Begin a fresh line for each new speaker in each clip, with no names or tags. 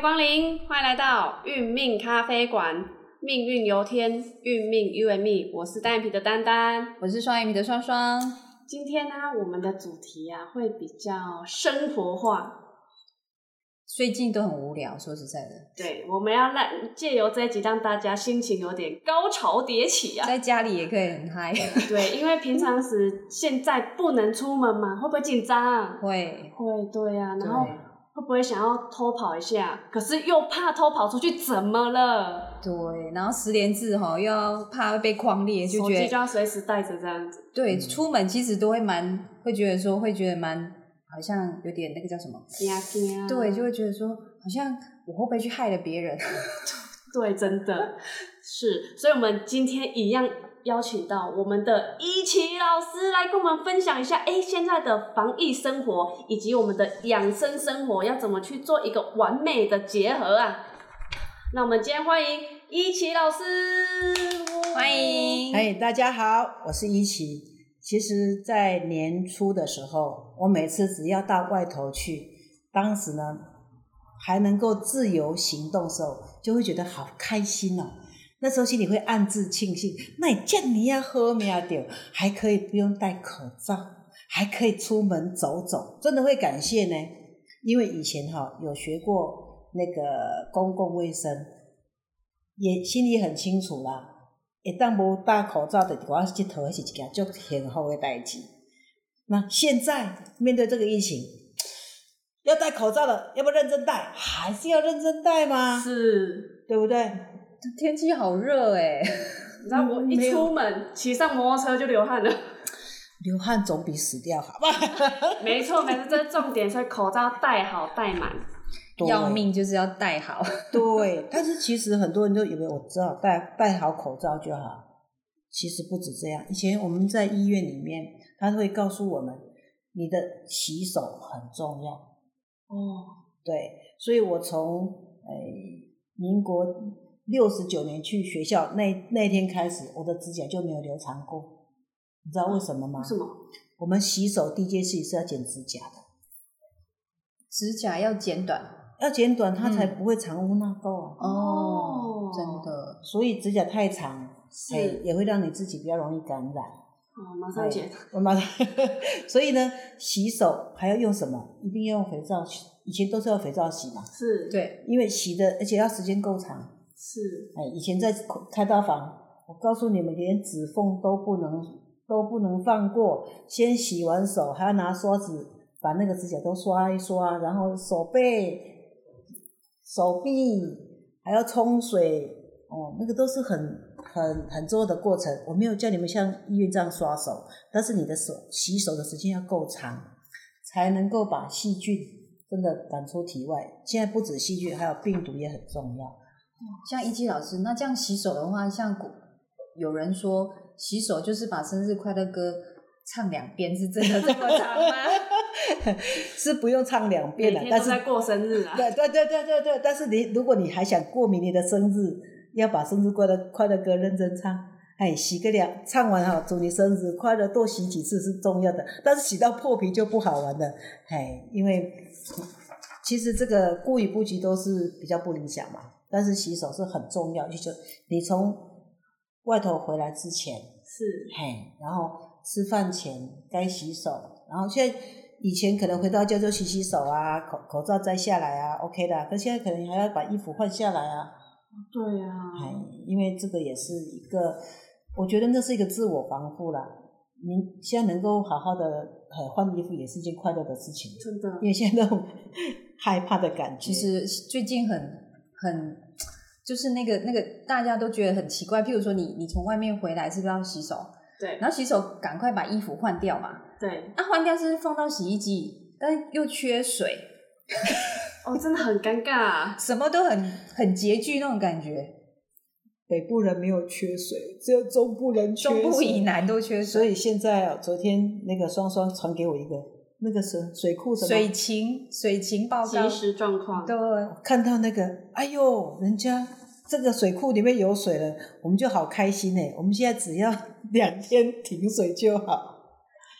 光临，欢迎来到运命咖啡馆。命运由天，运命由 m e 我是单眼皮的丹丹。
我是双眼皮的双双，
今天呢、我们的主题啊会比较生活化，
最近都很无聊，说实在的，
对，我们要让借由这一集让大家心情有点高潮迭起 啊。
在家里也可以很 嗨，
对，因为平常时现在不能出门嘛，会不会紧张、
会，
会，对啊，然后
对
会不会想要偷跑一下？可是又怕偷跑出去，怎么了？
对，然后十连字哈，又要怕被框列，就
手
觉
机
得
就要嗯随时带着这样子。
对，出门其实都会蛮会觉得说，会觉得蛮好像有点那个叫什么，
惊啊惊，
对，就会觉得说，好像我会不会去害了别人？
对，真的是。所以，我们今天一样邀请到我们的一奇老师来跟我们分享一下，哎，现在的防疫生活以及我们的养生生活要怎么去做一个完美的结合啊？那我们今天欢迎一奇老师，
欢。迎，
哎，大家好，我是一奇。其实，在年初的时候，我每次只要到外头去，当时呢还能够自由行动的时候，就会觉得好开心哦。那时候心里会暗自庆幸，那你这样你要喝没有丢，还可以不用戴口罩，还可以出门走走，真的会感谢呢。因为以前哈、有学过那个公共卫生，也心里很清楚啦。会当无戴口罩的，我佚佗是一件足幸福的代志。那现在面对这个疫情，要戴口罩了，要不要认真戴？还是要认真戴嘛，
是，
对不对？
天气好热哎，
你知道我
嗯
一出门骑上摩托车就流汗了。
流汗总比死掉好吧？
没错，没错，这是重点，所以口罩戴好戴满。
对
要命就是要戴好，
对，但是其实很多人都以为我只好戴戴好口罩就好，其实不止这样。以前我们在医院里面，他会告诉我们，你的洗手很重要。
哦，
对，所以我从诶、民国六十九年去学校那那天开始，我的指甲就没有留长过。你知道为什么吗？
为什么？
我们洗手第一件事情是要剪指甲的，
指甲要剪短
要剪短它才
嗯
不会藏污纳垢啊。
哦
哦，
真的，
所以指甲太长，
是
哎也会让你自己比较容易感染。
哦，马上解。
我马上， 所以呢，洗手还要用什么？一定要用肥皂洗，以前都是用肥皂洗嘛，
是，，
对，
因为洗的而且要时间够长。
是，
哎，以前在开刀房，我告诉你们，连指缝都不能都不能放过。先洗完手，还要拿刷子把那个指甲都刷一刷，然后手背、手臂还要冲水，哦，那个都是很很很重要的过程。我没有叫你们像医院这样刷手，但是你的手洗手的时间要够长，才能够把细菌真的赶出体外。现在不止细菌，还有病毒也很重要。
像一基老师，那这样洗手的话，像古有人说洗手就是把生日快乐歌唱两遍，是真的 这么长吗？
是不用唱两
每
遍了，
天
但
都
是
在过生日啊。
对对对对对对，但是你如果你还想过明年的生日，要把生日快乐快乐歌认真唱，哎，洗个两唱完哈，祝你生日快乐，多洗几次是重要的，但是洗到破皮就不好玩了，哎，因为其实这个顾与不及都是比较不理想嘛，但是洗手是很重要，就是你从外头回来之前，
是，
嘿，然后吃饭前该洗手，然后现在以前可能回到家就洗洗手啊，口口罩摘下来啊，OK 的啊，可现在可能还要把衣服换下来啊，
对啊，
哎，因为这个也是一个，我觉得那是一个自我防护啦。你现在能够好好的哎换衣服，也是一件快乐的事情，
真的
因为现在那种 害怕的感
其
觉，
实最近很很。就是那个那个，大家都觉得很奇怪。譬如说你，你从外面回来是不是要洗手？
对
然后洗手，赶快把衣服换掉嘛。
对，
啊，换掉是放到洗衣机，但又缺水，
哦，真的很尴尬啊。
什么都很很拮据那种感觉。
北部人没有缺水，只有中部人缺
中部
水
以南都缺
所
水，
以现在哦，昨天那个双双传给我一个那个水水库什么，
水情水情报告
及时状况，
对，
看到那个，哎呦，人家这个水库里面有水 了，我们就好开心哎！我们现在只要两天停水就好。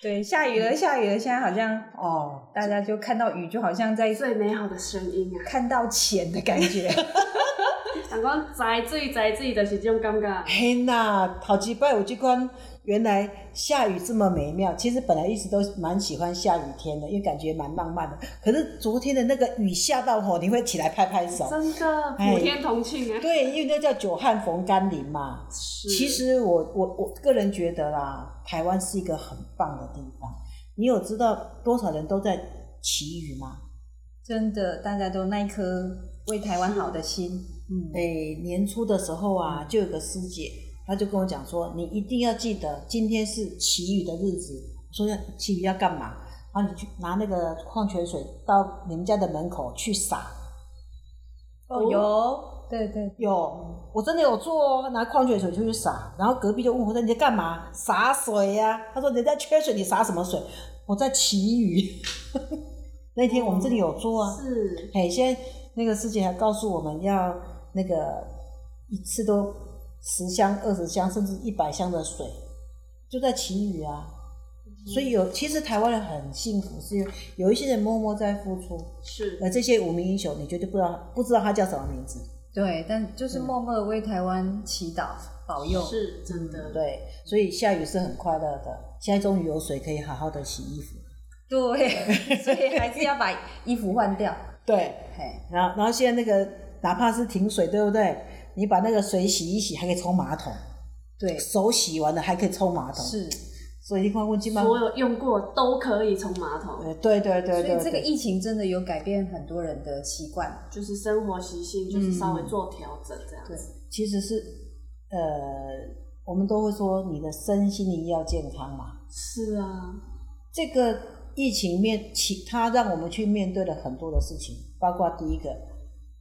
对，下雨了，下雨了，现在好像
哦，
大家就看到雨，就好像在
最美好的声音啊！
看到钱的感觉。
人讲栽水栽水，就是这种感觉。
嘿呐，好几拜有这款，原来下雨这么美妙。其实本来一直都蛮喜欢下雨天的，因为感觉蛮浪漫的。可是昨天的那个雨下到吼，你会起来拍拍手。
真的
哎
普天同庆啊！
对，因为那叫久旱逢甘霖嘛。
是
嗯
其实我我我个人觉得啦，台湾是一个很棒的地方。你有知道多少人都在祈雨吗？
真的，大家都那一颗为台湾好的心，嗯，
诶，年初的时候啊，就有个师姐，她就跟我讲说，你一定要记得今天是祈雨的日子。我说要祈雨要干嘛？然后你去拿那个矿泉水到你们家的门口去洒。
哦哟，对对，
有，我真的有做哦，拿矿泉水就去洒，然后隔壁就问我说你在干嘛？洒水呀、他说人家缺水，你洒什么水？我在祈雨。 那天我们这里有做
哦
啊。
是
哎，现在那个师姐还告诉我们要那个一次都十箱、二十箱，甚至一百箱的水，就在祈雨啊。所以有，其实台湾人很幸福，是因为有一些人默默在付出，
是
而这些无名英雄，你绝对不知道，不知道他叫什么名字。
对，但就是默默地为台湾祈祷保佑，
是真的，
嗯对，所以下雨是很快乐的。现在终于有水可以好好的洗衣服。
对， 所以还是要把衣服换掉，
对，
嘿，
然后然后现在那个哪怕是停水，对不对？你把那个水洗一洗，还可以冲马桶，
对，
手洗完了还可以冲马桶。
是，
所以你看，问金妈，
嗯所有用过都可以冲马桶，
呃，对对对
所
对
以这个
对，
疫情真的有改变很多人的习惯，
就是生活习性，
嗯
就是稍微做调整这样
对
子。
其实是呃，我们都会说你的身心灵要健康嘛。
是啊，
这个疫情面，其它让我们去面对了很多的事情，包括第一个，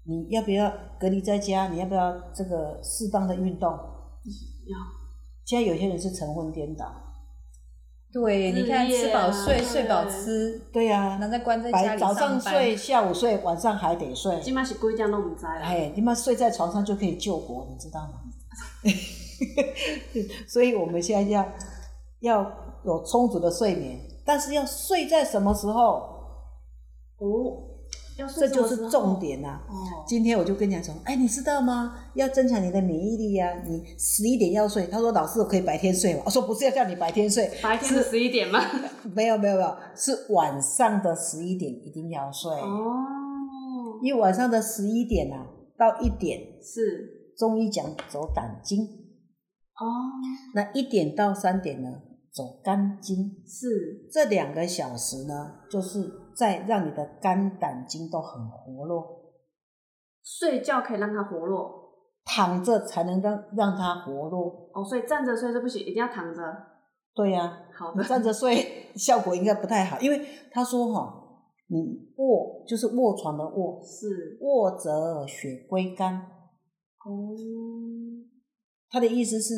你要不要隔离在家？你要不要这个适当的运动？
要
现在有些人是晨昏颠倒，
对，你看
日夜
吃饱
啊
睡，
对
睡饱吃，
对呀、
然后再关啊在家
白
里
早上
上班，
睡，下午睡，晚上还得睡。
今麦是几点都唔知啊啦。
哎，你妈睡在床上就可以救国，你知道吗？ 所以我们现在要要有充足的睡眠，但是要睡在什么时候，
哦，要
这
什
就
么时
是
候
重点啊。
哦。
今天我就跟你讲说，哎，你知道吗？要增强你的免疫力呀、你十一点要睡。他说老师，我可以白天睡吗？我说不是要叫你白天睡，
白天的十一点吗？
没有没有没有，是晚上的十一点一定要睡，
哦，
因为晚上的十一点啊到一点，
是
中医讲走胆经。
哦，
那一点到三点呢，走肝经，
是
这两个小时呢，就是在让你的肝胆经都很活络，
睡觉可以让它活络
躺着才能让让它活络。
哦，所以站着睡是不行，一定要躺着。
对呀、
好
你
的，
站着睡 效果应该不太好，因为他说哈、你卧就是卧床的卧，
是
卧则血归肝，
哦，
他的意思是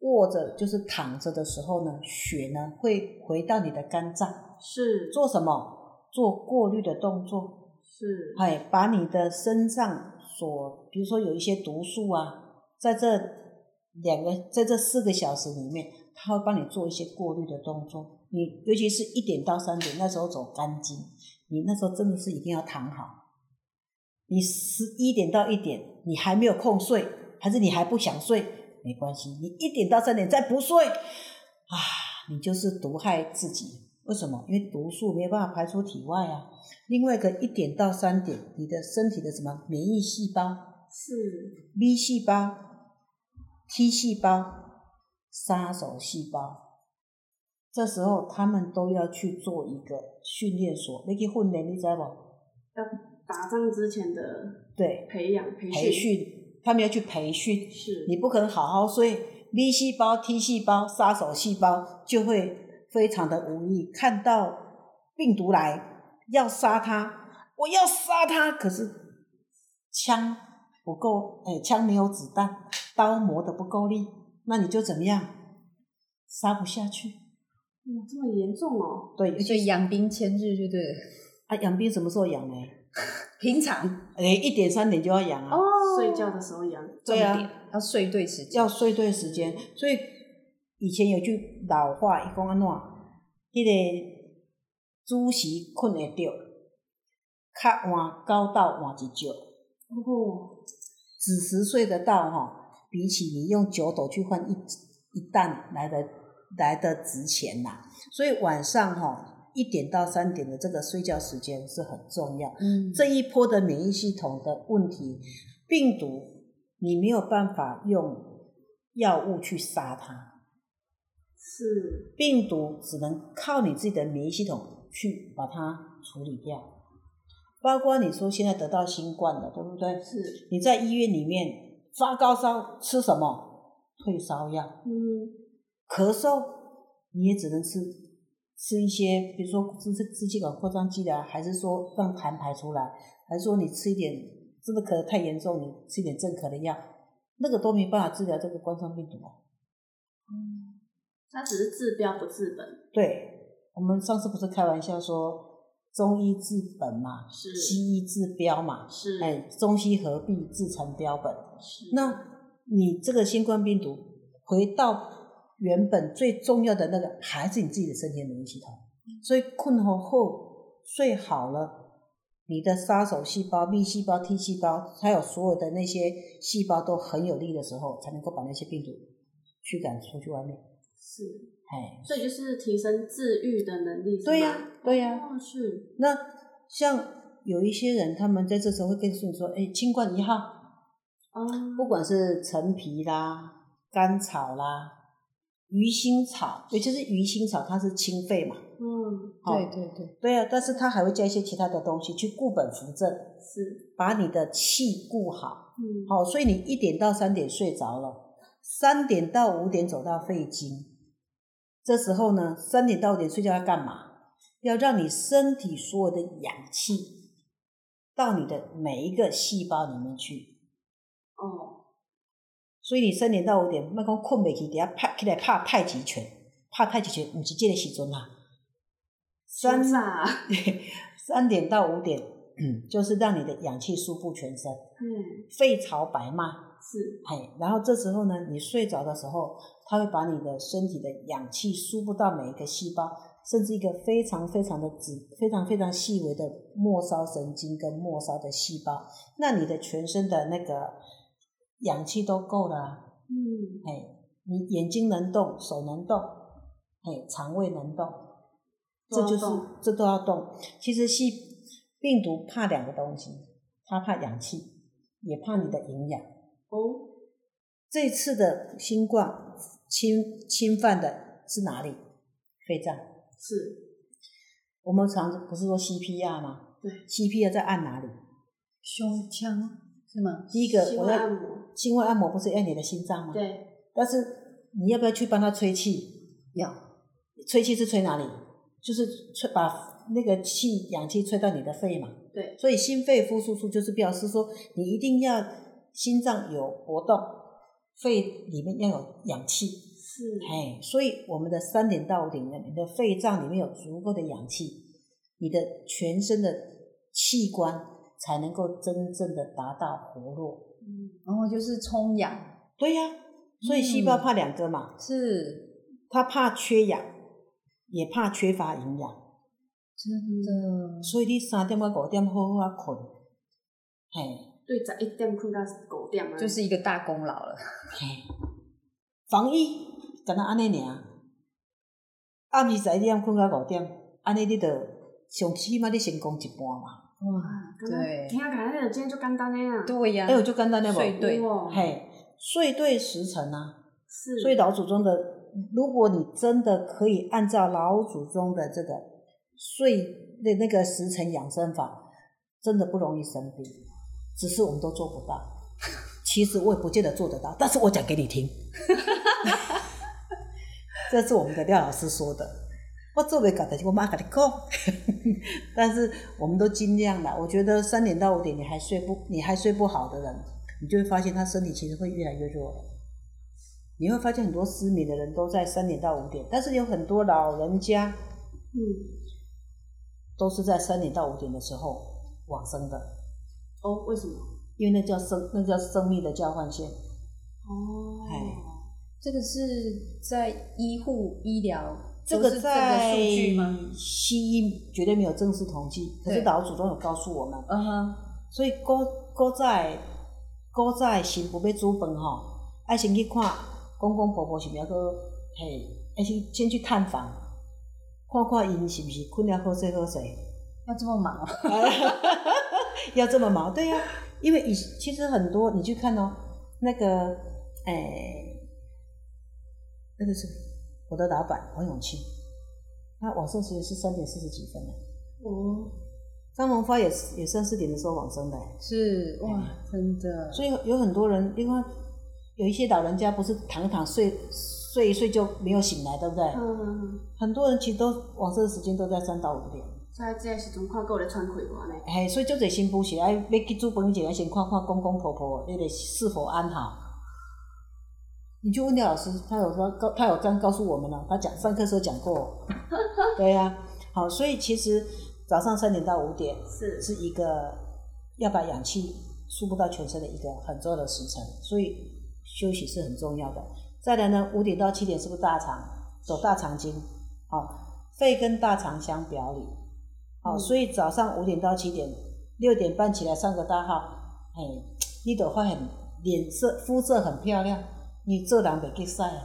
卧着就是躺着的时候呢，血呢会回到你的肝脏，
是
做什么？做过滤的动作。
是
哎，把你的身上所，比如说有一些毒素啊，在这两个，在这四个小时里面，它会帮你做一些过滤的动作。你尤其是一点到三点那时候走肝经，你那时候真的是一定要躺好。你十一点到一点，你还没有空睡，还是你还不想睡，没关系，你一点到三点再不睡，啊，你就是毒害自己。为什么？因为毒素没有办法排出体外啊。另外一个一点到三点，你的身体的什么免疫细胞、
是
B 细胞、T 细胞、杀手细胞，这时候他们都要去做一个训练所，你去训练，你知道不？
要打仗之前的
对，
培养培训
培训，他们要去培训。
是
你不肯好好睡，B 细胞、T 细胞、杀手细胞就会非常的无力。看到病毒来，要杀它，我要杀它，可是枪不够，哎，枪没有子弹，刀磨的不够力，那你就怎么样？杀不下去。
哇这么严重哦，
对，尤
就
其
养兵千日，就对了，
啊，养病什么时候养呢？
平常
哎，一点三点就要养啊。
睡觉的时候养
对啊
重点哦要睡对时间
要，睡对时间。所以以前有句老话，伊讲安怎？迄个主席困会着，较晚高到晚一少。
哦，
子时睡得到哈、比起你用九斗去换一一担来的来的值钱呐、所以晚上哈、一点到三点的这个睡觉时间是很重要。
嗯，
这一波的免疫系统的问题，病毒你没有办法用药物去杀它，
是
病毒只能靠你自己的免疫系统去把它处理掉。包括你说现在得到新冠了，对不对？
是，
你在医院里面发高烧吃什么？退烧药。
嗯，
咳嗽你也只能吃吃一些，比如说支支气管扩张剂啦，还是说让痰排出来，还是说你吃一点真的咳得太严重，你吃一点镇咳的药，那个都没办法治疗这个冠状病毒啊。
哦它只是治标不治本，
对，我们上次不是开玩笑说中医治本嘛，
是
西医治标嘛，
是
哎，中西合璧治成标本。
是
那你这个新冠病毒回到原本最重要的那个，还是你自己的身体的免疫系统。所以困惑后睡好了，你的杀手细胞、B 细胞、T 细胞，还有所有的那些细胞都很有力的时候，才能够把那些病毒驱赶出去外面。
是，
哎，
所以就是提升治愈的能力，是吗
对呀对呀
哦，是，
那像有一些人，他们在这时候会跟你说：“哎，新冠一号，
哦，
不管是陈皮啦、甘草啦、鱼腥草，尤其是鱼腥草，它是清肺嘛。
嗯，
好
对对对，
对啊，但是它还会加一些其他的东西去固本扶正，
是，
把你的气固好。
嗯，
好，所以你一点到三点睡着了，三点到五点走到肺经，这时候呢，三点到五点睡觉要干嘛？要让你身体所有的氧气到你的每一个细胞里面去。
哦，
所以你三点到五点，莫讲困袂去，伫遐拍起来拍太极拳，拍太极拳毋是即个时阵啦。 三
真啊，
三点到五点， 嗯，就是让你的氧气输布全身，
嗯，
肺朝白脉，
是，
嘿，然后这时候呢，你睡着的时候，它会把你的身体的氧气输布到每一个细胞，甚至一个非常非常的子、非常非常细微的末梢神经跟末梢的细胞，那你的全身的那个氧气都够了啊、
嗯，
哎，你眼睛能动，手能动，哎，肠胃能动，
都
这
要
就是
动
这都要动。其实细病毒怕两个东西，它怕氧气，也怕你的营养。
哦，
这次的新冠侵侵犯的是哪里？肺脏。
是，
我们常不是说 CPR 吗？
对
，CPR 在按哪里？
胸腔是吗？
第一个
心
我
外
要
按摩，
心外按摩，不是按你的心脏吗？。
对，
但是你要不要去帮他吹气？
要，
吹气是吹哪里？就是吹把那个气氧气吹到你的肺嘛。
对，
所以心肺复苏术就是表示说，你一定要心脏有搏动，肺里面要有氧气。
是，
哎，所以我们的三点到五点呢，你的肺脏里面有足够的氧气，你的全身的器官才能够真正的达到活络。
嗯，
然后就是充氧，
对呀、所以细胞
嗯
怕两个嘛，
是
它怕缺氧，也怕缺乏营养。
真的，
所以你三点到五点好好啊困，嘿，
对，十一点困到九点啊，
就是一个大功劳了。
嘿，防疫敢若安尼尔，暗时十一点困到五点，安尼你着上起码你成功一半嘛。
哇，
啊，刚刚
对
听起来就今天就简单诶啊，
对呀
哎、，有就简单了
睡
无？
对
哇
嘿，睡对时辰啊。
哦是，
所以老祖宗的，如果你真的可以按照老祖宗的这个睡那那个时辰养生法，真的不容易生病，只是我们都做不到。其实我也不见得做得到，但是我讲给你听，这是我们的廖老师说的。我做没搞的，我妈跟你讲， 但是我们都尽量了。我觉得三点到五点你还睡不，你还睡不好的人，你就会发现他身体其实会越来越弱了。你会发现很多失眠的人都在三点到五点，但是有很多老人家
嗯，
都是在三点到五点的时候往生的，
哦，为什么？
因为那叫生，那叫生命的交换线。
哦，
哎
这个是在医护医疗
这
都
个
是这
在
个数据吗？
西医绝对没有正式统计，可是
对
老祖宗有告诉我们，
嗯哼，
所以古古早的古早的媳妇要煮饭吼，爱先去看公公婆婆是毋是还佫嘿，爱先先去探访，看看因是毋是困了好势好势，
要这么忙哦？
要这么忙？对呀、因为以其实很多你去看哦，那个诶、那个是我的老板黄永清，他晚上其实是三点四十几分的，
哦，
张荣发也是也三四点的时候往生的、
是哇，真的，
哎所以有很多人，因为有一些老人家不是躺一躺睡睡一睡就没有醒来，对不对？
嗯，
很多人其实都往生的时间都在三到五点。
所以这时阵看够咧喘气无呢？
嘿，所以足侪新妇是爱要去煮饭前，先看看公公婆婆那个是否安好。你去问廖老师，他有说告，他有这样告诉我们了、哦他讲上课时候讲过，哦对呀、好，所以其实早上三点到五点
是
是一个要把氧气输布到全身的一个很重要的时辰，所以休息是很重要的。再来呢，五点到七点是不是大肠走大肠经？好、肺跟大肠相表里。好、
嗯
所以早上五点到七点，六点半起来上个大号，哎，你都会很脸色肤色很漂亮，你做人袂结晒啊。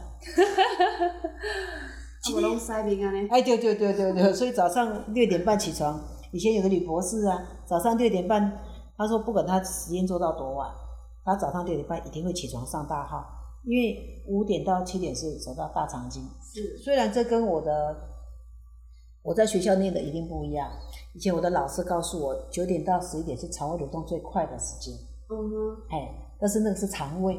啊，我拢塞面安尼。
哎，对对对对对，所以早上六点半起床。以前有个女博士啊，早上六点半，她说不管她实验做到多晚，她早上六点半一定会起床上大号，因为五点到七点是走到大肠经。
是
虽然这跟我的我在学校念的一定不一样，以前我的老师告诉我，九点到十一点是肠胃蠕动最快的时间，
嗯哼，
哎，但是那个是肠胃，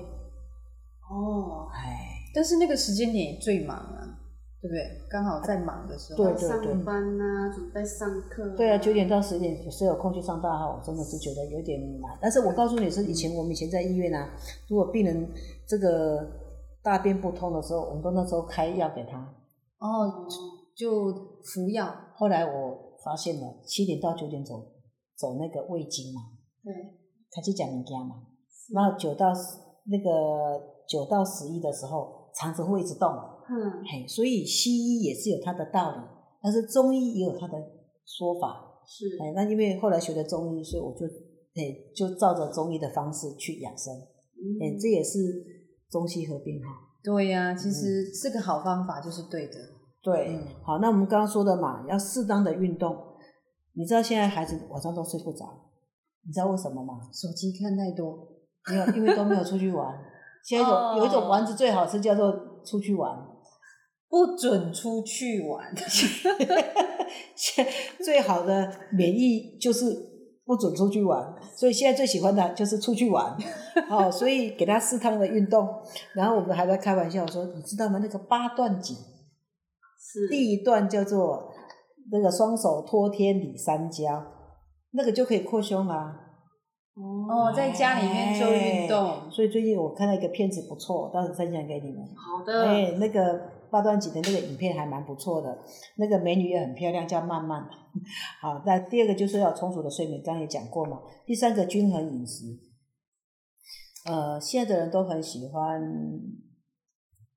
哦，
哎，
但是那个时间点也最忙啊，对不对？刚好在忙的时候，
对
上班呐、准备上课、
对啊，九点到十点有谁有空去上大号？我真的是觉得有点难。但是我告诉你是以前我们以前在医院啊，如果病人这个大便不通的时候，我们都那时候开药给他。
哦，就服药，
后来我发现了七点到九点走走那个胃经嘛，
对，
开始讲名家嘛，然后九到10那个九到十一的时候，肠子会一直动，
嗯，
嘿，所以西医也是有它的道理，但是中医也有它的说法。
是
哎，那因为后来学了中医，所以我就哎就照着中医的方式去养生，哎，这也是中西合并哈。
对呀、
嗯
其实是个好方法，就是对的。
对
嗯
好，那我们刚刚说的嘛，要适当的运动。你知道现在孩子晚上都睡不着，你知道为什么吗？
手机看太多，
没有，因为都没有出去玩。现在有、
哦
有一种丸子最好吃，叫做出去玩。
不准出去玩。
现 最好的免疫就是不准出去玩，所以现在最喜欢的就是出去玩，哦，所以给他适当的运动。然后我们还在开玩笑说，你知道吗？那个八段锦，
是
第一段叫做那个双手托天理三焦，那个就可以扩胸啊。
哦，在家里面就运动，
所以最近我看到一个片子不错，我到时分享给你们。
好
哎、
的，
那个八段锦的那个影片还蛮不错的，那个美女也很漂亮，叫曼曼。好，那第二个就是要有充足的睡眠，刚刚也讲过嘛。第三个均衡饮食，呃，现在的人都很喜欢，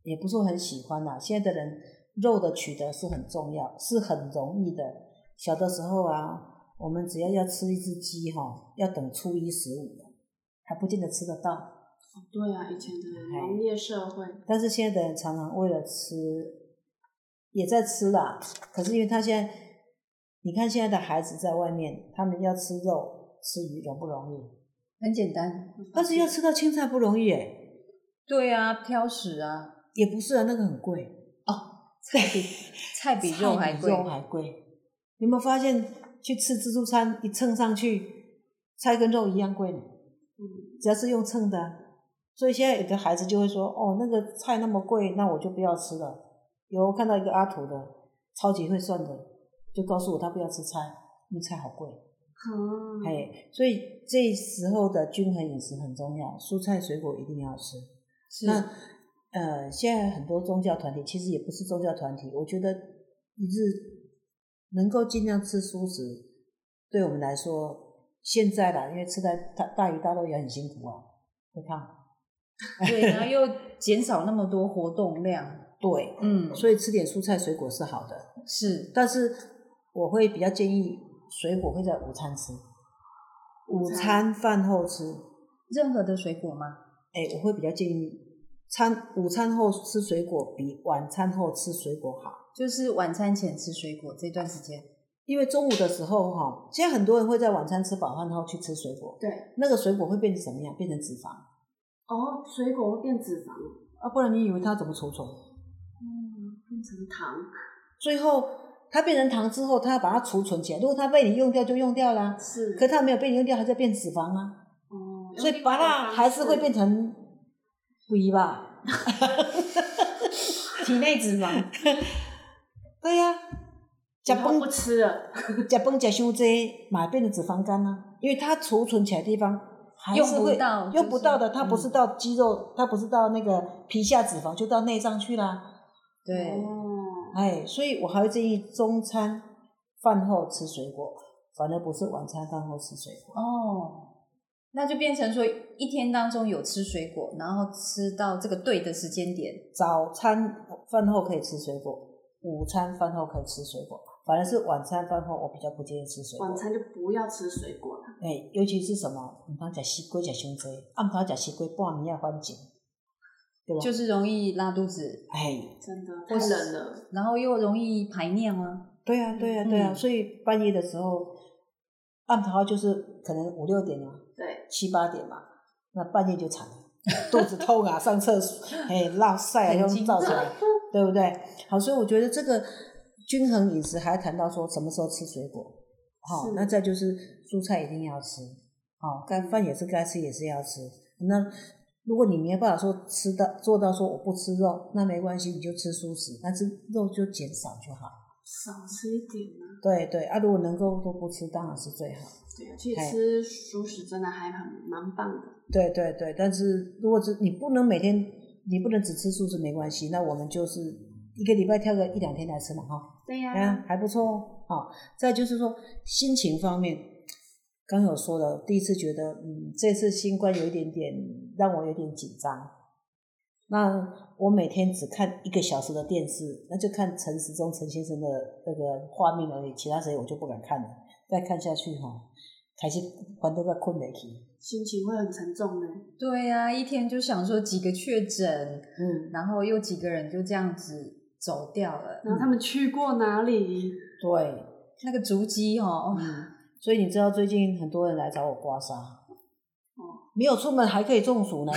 也不是说很喜欢啦，现在的人肉的取得是很重要，是很容易的。小的时候啊，我们只要要吃一只鸡哈、要等初一十五了，还不见得吃得到。
对啊，以前的农业社会，
但是现在的人常常为了吃，也在吃啦。可是因为他现在，你看现在的孩子在外面，他们要吃肉、吃鱼容不容易？
很简单。
但是要吃到青菜不容易诶，
对啊，挑食啊，
也不是啊，那个很贵，
菜比菜比肉还贵
菜。比肉还贵。你有没有发现去吃自助餐一称上去，菜跟肉一样贵呢？
嗯，
只要是用称的啊。所以现在有的孩子就会说：“哦，那个菜那么贵，那我就不要吃了。”有我看到一个阿土的，超级会算的，就告诉我他不要吃菜，因为菜好贵。
好，
哎、所以这时候的均衡饮食很重要，蔬菜水果一定要吃。
是
那呃，现在很多宗教团体其实也不是宗教团体，我觉得一日能够尽量吃素食，对我们来说，现在啦，因为吃在大大鱼大肉也很辛苦啊，会胖。
对，然后又减少那么多活动量。
对，
嗯，
所以吃点蔬菜水果是好的，
是
但是我会比较建议水果会在午餐吃，午餐饭后吃。
任何的水果吗？
哎，我会比较建议餐午餐后吃水果比晚餐后吃水果好，
就是晚餐前吃水果这段时间，
因为中午的时候哈，现在很多人会在晚餐吃饱饭后去吃水果，
对，
那个水果会变成什么样？变成脂肪
哦，水果会变脂肪，
啊，不然你以为它怎么储存？
嗯，变成糖，
最后它变成糖之后，它要把它储存起来，如果它被你用掉就用掉啦，
是，
可它没有被你用掉，还在变脂肪啊。
哦，
所以芭乐还是会变成灰吧？
体内脂肪
对呀、
加
甲
崩
崩
不吃了，
甲崩甲胸椎嘛变成脂肪肝啊，因为它储存起来的地方还
用
是
不
会
到，
用不到的，
就是
它不是
嗯
到肌肉，它不是到那个皮下脂肪，就到内脏去啦。
对，
哦，
哎，所以我还会建议中餐饭后吃水果，反而不是晚餐饭后吃水果。
哦，那就变成说一天当中有吃水果，然后吃到这个对的时间点，
早餐饭后可以吃水果，午餐饭后可以吃水果，反而是晚餐饭后我比较不建议吃水果。
晚餐就不要吃水果了，
哎、尤其是什么，毋通食西瓜食伤济，暗头食西瓜半暝要啊反正，对吧？
就是容易拉肚子，
哎、
真的太冷了，
然后又容易排尿啊。
对啊，对啊，对啊，
嗯
所以半夜的时候，暗头就是可能五六点啊，
对，
七八点嘛，那半夜就惨了，肚子痛啊，上厕所，哎、落晒啊，
很
用
精
照出来，对不对？好，所以我觉得这个均衡饮食还谈到说什么时候吃水果，好、
是
那再就是蔬菜一定要吃，好、该饭也是该吃也是要吃。那如果你没有办法说吃到做到说我不吃肉，那没关系，你就吃蔬食，但是肉就减少就好。
少吃一点嘛，
对对，啊，如果能够都不吃，当然是最好。
对啊，其实
哎
吃熟食真的还很蛮棒的，
对对对，但是如果只你不能每天，你不能只吃素食没关系，那我们就是一个礼拜挑个一两天来吃嘛哈，
对呀
啊，，还不错哦。好，再就是说心情方面，刚有说了，第一次觉得嗯，这次新冠有一点点让我有点紧张。那我每天只看一个小时的电视，那就看陈时中陈先生的那个画面而已，其他谁我就不敢看了。再看下去哈、开始反都要困没去。
心情会很沉重呢，
对呀、一天就想说几个确诊，
嗯，
然后又几个人就这样子走掉了，嗯
然后他们去过哪里？
对，
那个足迹哦，
嗯，所以你知道最近很多人来找我刮痧，
哦
没有出门还可以中暑呢。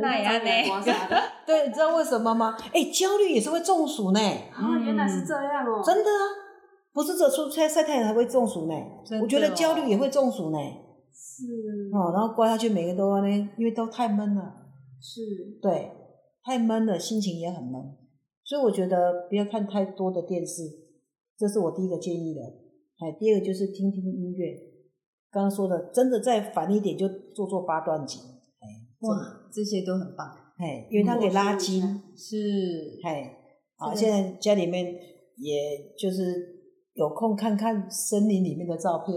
那也安呢
我一定找你来刮痧的
对，你知道为什么吗？哎、焦虑也是会中暑呢，
啊，原来是这样哦，
嗯真的啊，不是只有出差晒太阳才会中暑呢。
真的哦
我觉得焦虑也会中暑呢。
是
哦，然后刮下去每个都呢，因为都太闷了，
是，
对，太闷了，心情也很闷，所以我觉得不要看太多的电视，这是我第一个建议的。哎，第二个就是听听音乐，刚刚说的，真的再烦一点就做做八段锦，哎，这个
哇，这些都很棒，
哎，因为它可以拉筋，
是
哎，啊，
这
现在家里面也就是有空看看森林里面的照片，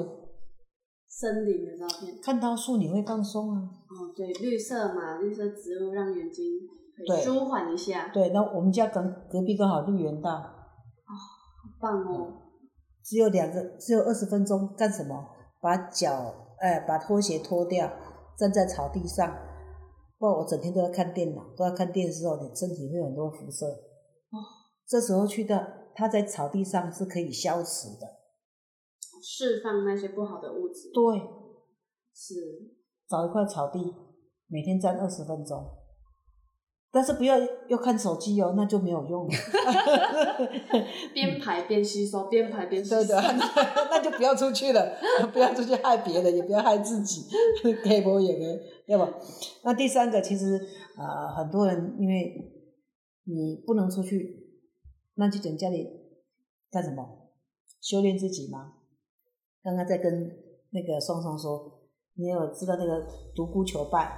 森林的照片。
看到树你会放松啊。
哦，对，绿色嘛，绿色植物让眼睛可以
对
舒缓一下，
对，那我们家隔隔壁刚好绿园大，
棒哦。
只有两个，只有二十分钟，干什么？把脚，哎、把拖鞋脱掉，站在草地上。不然我整天都在看电脑，都在看电视哦，你身体会有很多辐射。
哦，
这时候去到它在草地上是可以消磁的。
释放那些不好的物质，
嗯对，
是
找一块草地，每天站二十分钟，但是不要又看手机哦，那就没有用了。
边排边吸收，边排边吸
对
收
的，， 那就不要出去了，不要出去害别人，也不要害自己，给我也没，要不？那第三个，其实啊、呃很多人因为你不能出去，那就等家里干什么？修炼自己吗？刚刚在跟那个双双说，你有知道那个独孤求败，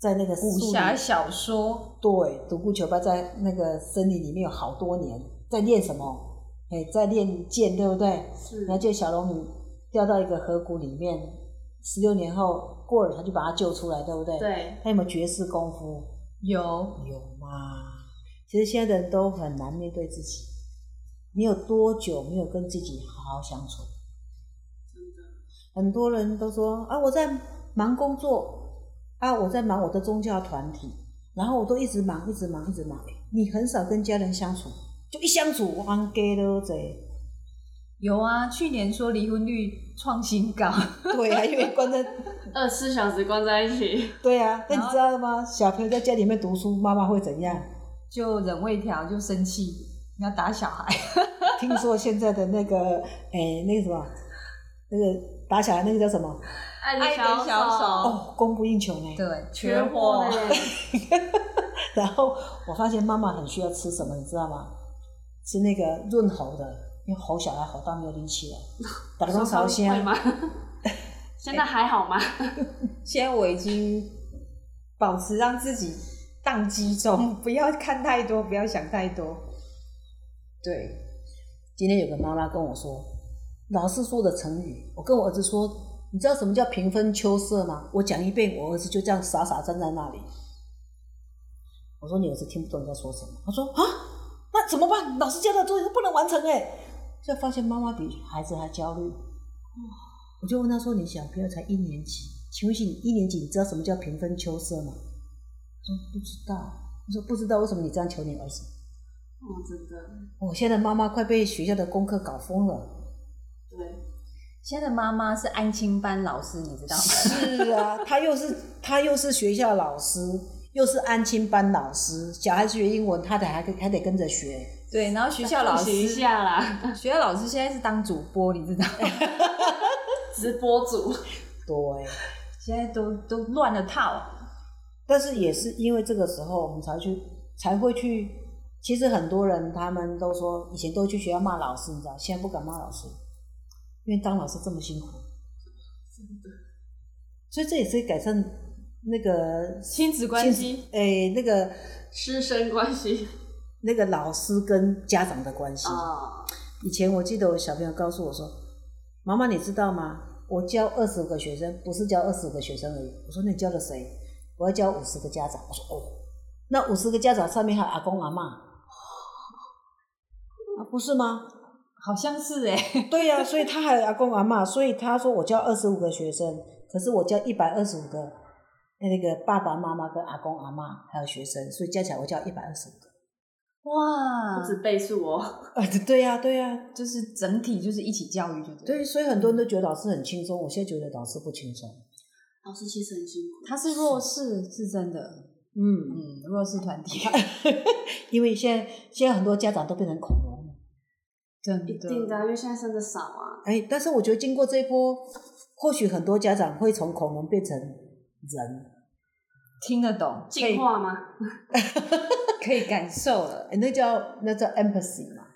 在那个
武
树
侠
林
小说，
对，独孤求败在那个森林里面有好多年，在练什么？哎，在练剑，对不对？
是
然后就小龙女掉到一个河谷里面，十六年后，过尔他就把她救出来，对不对？。
对，
他有没有绝世功夫？
有
有嘛？其实现在的人都很难面对自己。你有多久没有跟自己好好相处？很多人都说啊，我在忙工作，啊，我在忙我的宗教团体，然后我都一直忙，一直忙，一直忙。你很少跟家人相处，就一相处，忘给了这。
有啊，去年说离婚率创新高，
对啊，因为关在，
二十四小时关在一起，
对啊。但你知道吗？小朋友在家里面读书，妈妈会怎样？
就忍未条就生气，要打小孩。
听说现在的那个，哎、那个什么，那个打小孩那个叫什么？
爱
爱
的
的小
手，
哦，供不应求呢。
对，
缺货 嘞，
然后我发现妈妈很需要吃什么，你知道吗？吃那个润喉的，因为喉小孩喉到没有力气了，打个朝
会
鲜 啊
吗？现在还好吗？
现在我已经保持让自己宕机 中，不要看太多，不要想太多。对，
今天有个妈妈跟我说，老师说的成语，我跟我儿子说，你知道什么叫平分秋色吗？我讲一遍，我儿子就这样傻傻站在那里。我说你儿子听不懂你在说什么，他说啊，那怎么办？老师交的作业不能完成哎、就发现妈妈比孩子还焦虑。我就问他说：“你小朋友才一年级，请问一下你一年级你知道什么叫平分秋色吗？”他说：“不知道。”我说：“不知道，为什么你这样求你儿子？”
哦，真的，
我现在妈妈快被学校的功课搞疯了。
对，
现在的妈妈是安亲班老师，你知 道吗？
是啊，他又是他又是学校老师，又是安亲班老师，小孩子学英文，他得还跟还得跟着学。
对，然后学校老
复习一
师，
下啦，
学校老师现在是当主播，你知 道吗？
直播组，
对，
现在都都乱了套。
但是也是因为这个时候，我们才去才会去。其实很多人他们都说，以前都去学校骂老师，你知道，现在不敢骂老师，因为当老师这么辛苦，所以这也是改善那个
亲子关系、
诶、那个
师生关系
那个老师跟家长的关系。
啊，
以前我记得我小朋友告诉我说：“妈妈，你知道吗？我教二十个学生，不是教二十个学生而已。”我说：“那你教了谁？”我要教五十个家长。我说：“哦，那五十个家长上面还有阿公阿妈，啊，不是吗？
好像是 哎、
对呀、所以他还有阿公阿妈，所以他说我教二十五个学生，可是我教一百二十五个那个爸爸妈妈跟阿公阿妈还有学生，所以加起来我教一百二十五个。
不
哇，
止倍数哦，
啊， 对呀、对呀、
就是整体就是一起教育就对了。
对，所以很多人都觉得老师很轻松，我现在觉得老师不轻松。”
老师其实很辛苦，
他是弱势，是真的，
嗯，
嗯，弱势团体，
因为现在现在很多家长都变成恐龙了，
真
一定的啊，因为现在生的少啊，
哎，但是我觉得经过这一波，或许很多家长会从恐龙变成人，
听得懂，可以
进化吗？
可以感受了。
哎，那叫那叫 empathy 嘛，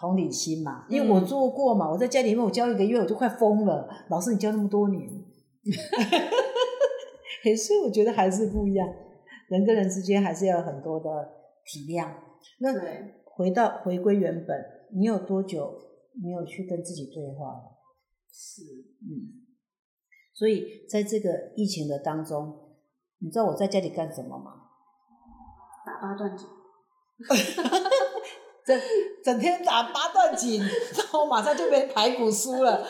同理心嘛。因为我
嗯
做过嘛，我在家里面我教一个月我就快疯了，老师你教那么多年， 哎所以我觉得还是不一样，人跟人之间还是要有很多的体谅。那
对，
回到回归原本，你有多久没有去跟自己对话了？
是，
嗯，所以在这个疫情的当中，你知道我在家里干什么吗？
打八段锦，
整整天打八段锦， 然后马上就变排骨酥了，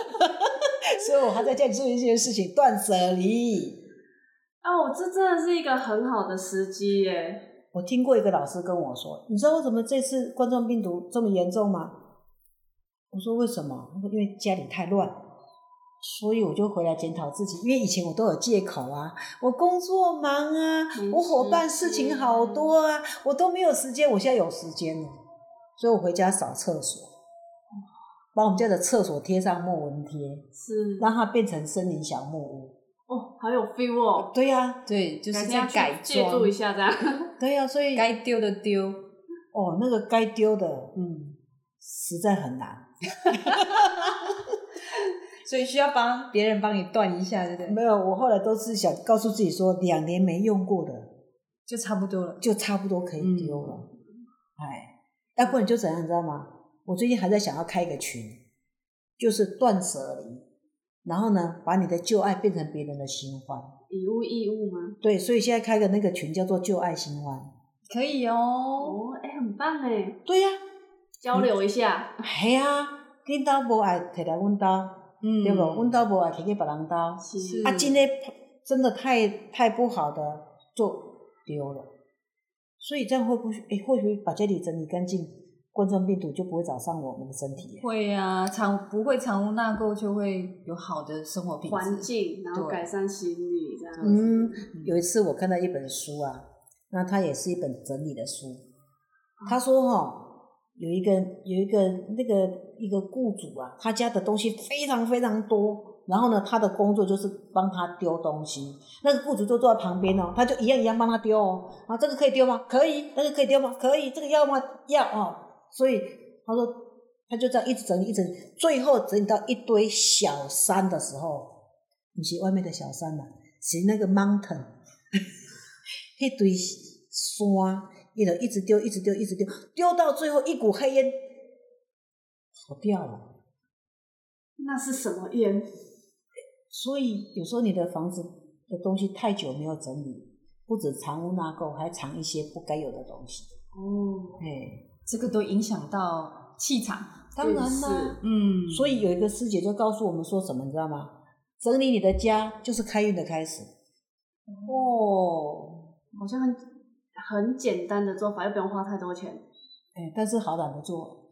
所以我还在家里做一件事情，断舍离。
哦，这真的是一个很好的时机耶，
我听过一个老师跟我说，你知道为什么这次冠状病毒这么严重吗？我说为什么？他说因为家里太乱，所以我就回来检讨自己。因为以前我都有借口啊，我工作忙啊
没，
我伙伴
时
事情
间
好
嗯
多啊，我都没有时间。我现在有时间了，所以我回家扫厕所，把我们家的厕所贴上木纹贴，
是，
让它变成森林小木屋。
哦，好有 feel 哦，
对呀、
对，就是
改天
在
要去
改
借
装
助一，下这样，
对呀、所以
该丢的丢。
哦，那个该丢的，嗯，实在很难。
所以需要帮别人帮你断一下，对不对？
没有，我后来都是想告诉自己说，两年没用过的
就差不多了。
就差不多可以丢了。哎，要不然就怎样，你知道吗？我最近还在想要开一个群，就是断舍离，然后呢，把你的旧爱变成别人的新欢。
以物易物吗？
对，所以现在开个那个群叫做“旧爱新欢
可以哦。
哦，哎、很棒哎，
对呀、
交流一下，
系啊，恁兜无爱摕来阮兜，
嗯
对无？阮兜无爱摕去别人兜，啊，
嗯是
是
真诶真的太太不好的就丢了。所以这样会不会？诶、或许把这里整理干净，冠状病毒就不会找上我们的身体耶。
会啊，藏不会藏污纳垢，就会有好的生活品质。
环境，然后
对
改善心理这样子。
嗯，有一次我看到一本书啊，那它也是一本整理的书。
哦
他说哈、有一个有一个那个一个雇主啊，他家的东西非常非常多，然后呢，他的工作就是帮他丢东西。那个雇主就坐在旁边哦，他就一样一样帮他丢哦。啊，这个可以丢吗？可以。那个可以丢吗？可以。这个要吗？要哦。所以他说，他就这样一直整理，一直整理最后整理到一堆小山的时候，不是外面的小啊山啦、是那个 mountain，迄堆山，伊就一直丢，一直丢，一直丢，丢到最后一股黑烟跑掉了。
那是什么烟？
所以有时候你的房子的东西太久没有整理，不止藏污纳垢，还藏一些不该有的东西。
哦，
哎，
这个都影响到气场。
当然
是
啦。
嗯
所以有一个师姐就告诉我们说什么，你知道吗？整理你的家就是开运的开始。
哦，
好像很很简单的做法，又不用花太多钱。
哎，但是好懒得做。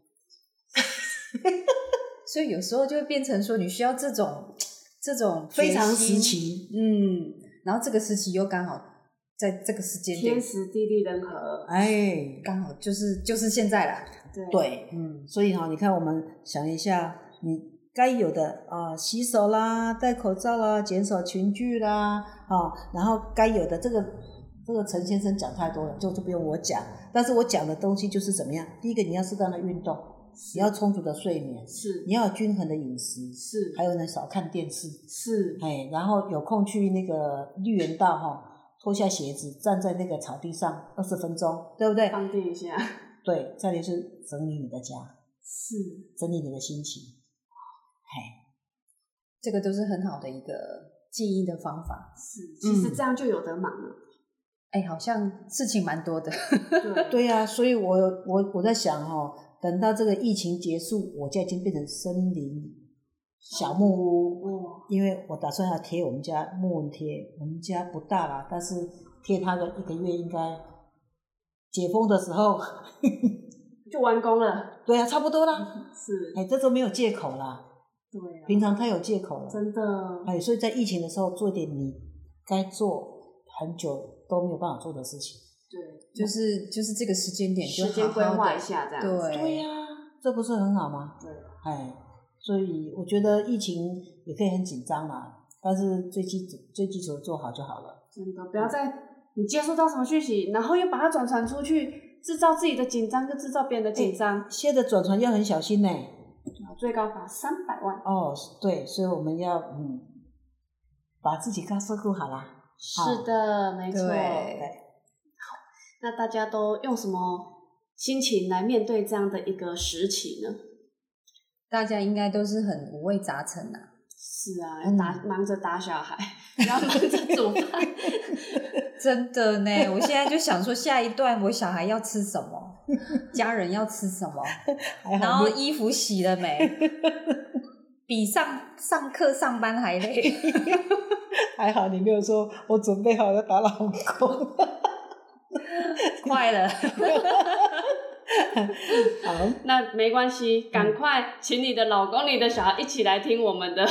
所以有时候就会变成说，你需要这种这种决
非常
心
时，期，
嗯，然后这个时期又刚好在这个时间
天
点，
时地利人和，
哎，
刚好就是就是现在啦。
对，
对，
嗯，
所以哈、你看我们想一下，你该有的啊、洗手啦，戴口罩啦，减少群聚啦，啊、然后该有的这个这个陈先生讲太多了，就就不用我讲。但是我讲的东西就是怎么样？第一个，你要适当的运动，你要充足的睡眠，
是
你要有均衡的饮食，
是
还有呢，少看电视，
是，
哎，然后有空去那个绿园道哈、脱下鞋子，站在那个草地上二十分钟，对不对？
放电一下，
对，再就是整理你的家。
是
整理你的心情。嘿，
这个都是很好的一个记忆的方法。
是，其实
嗯
这样就有得忙了。
哎，好像事情蛮多的。
对
对呀、所以我有我我在想哦，等到这个疫情结束，我家已经变成森林小木屋，
哇，
因为我打算要贴我们家木纹贴，我们家不大啦，但是贴它个一个月应该解封的时候，
就完工了，
对呀、差不多 啦。
是，
哎，这都没有借口啦，
对啊，
平常太有借口了。
真的，
哎，所以在疫情的时候做一点你该做很久都没有办法做的事情。
对，
就是就是这个时间点就
时间
好
规
好
划
地
一下这样子，
对
对呀、这不是很好吗？
对，
哎，所以我觉得疫情也可以很紧张啦，但是最基础最基础的做好就好了。
真的不要再你接收到什么讯息，然后又把它转传出去，制造自己的紧张，就制造别人的紧张，
现在转传要很小心呢、
最高罚三百万，
哦，对，所以我们要嗯，把自己给它照顾好啦。
是的，没错。
对
那大家都用什么心情来面对这样的一个时期呢？
大家应该都是很五味杂陈啊。
是啊，
嗯
打忙着打小 孩，然后忙着煮饭，
真的呢，我现在就想说，下一段我小孩要吃什么，家人要吃什么，
还
然
好
后
没有
衣服洗了没， 比上上课上班还累。
还好你没有说我准备好要打老公。
快了，
好，
那没关系，赶快请你的老公、你的小孩一起来听我们的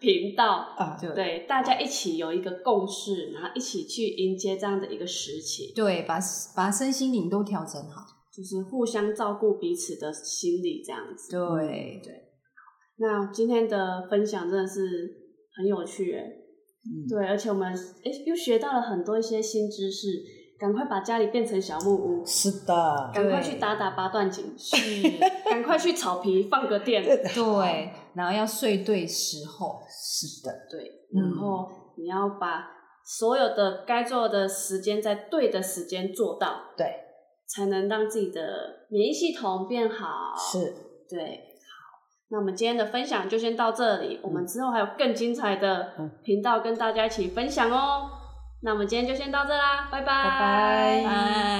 频道。
啊，
对
对，大家一起有一个共识，然后一起去迎接这样的一个时期，
对，把把身心灵都调整好。
就是互相照顾彼此的心理，这样子。
对对，
那今天的分享真的是很有趣诶、
嗯
对，而且我们诶、又学到了很多一些新知识，赶快把家里变成小木屋，
是的，
赶快
对
去打打八段锦，
是，
赶快去草皮放个电，
对，然后要睡对时候。
是的，
对，
嗯
然后你要把所有的该做的时间在对的时间做到，
对，
才能让自己的免疫系统变好。，
是。
对。好，那我们今天的分享就先到这里，我们之后还有更精彩的
嗯
频道跟大家一起分享哦。那我们今天就先到这啦，拜拜
拜拜
拜。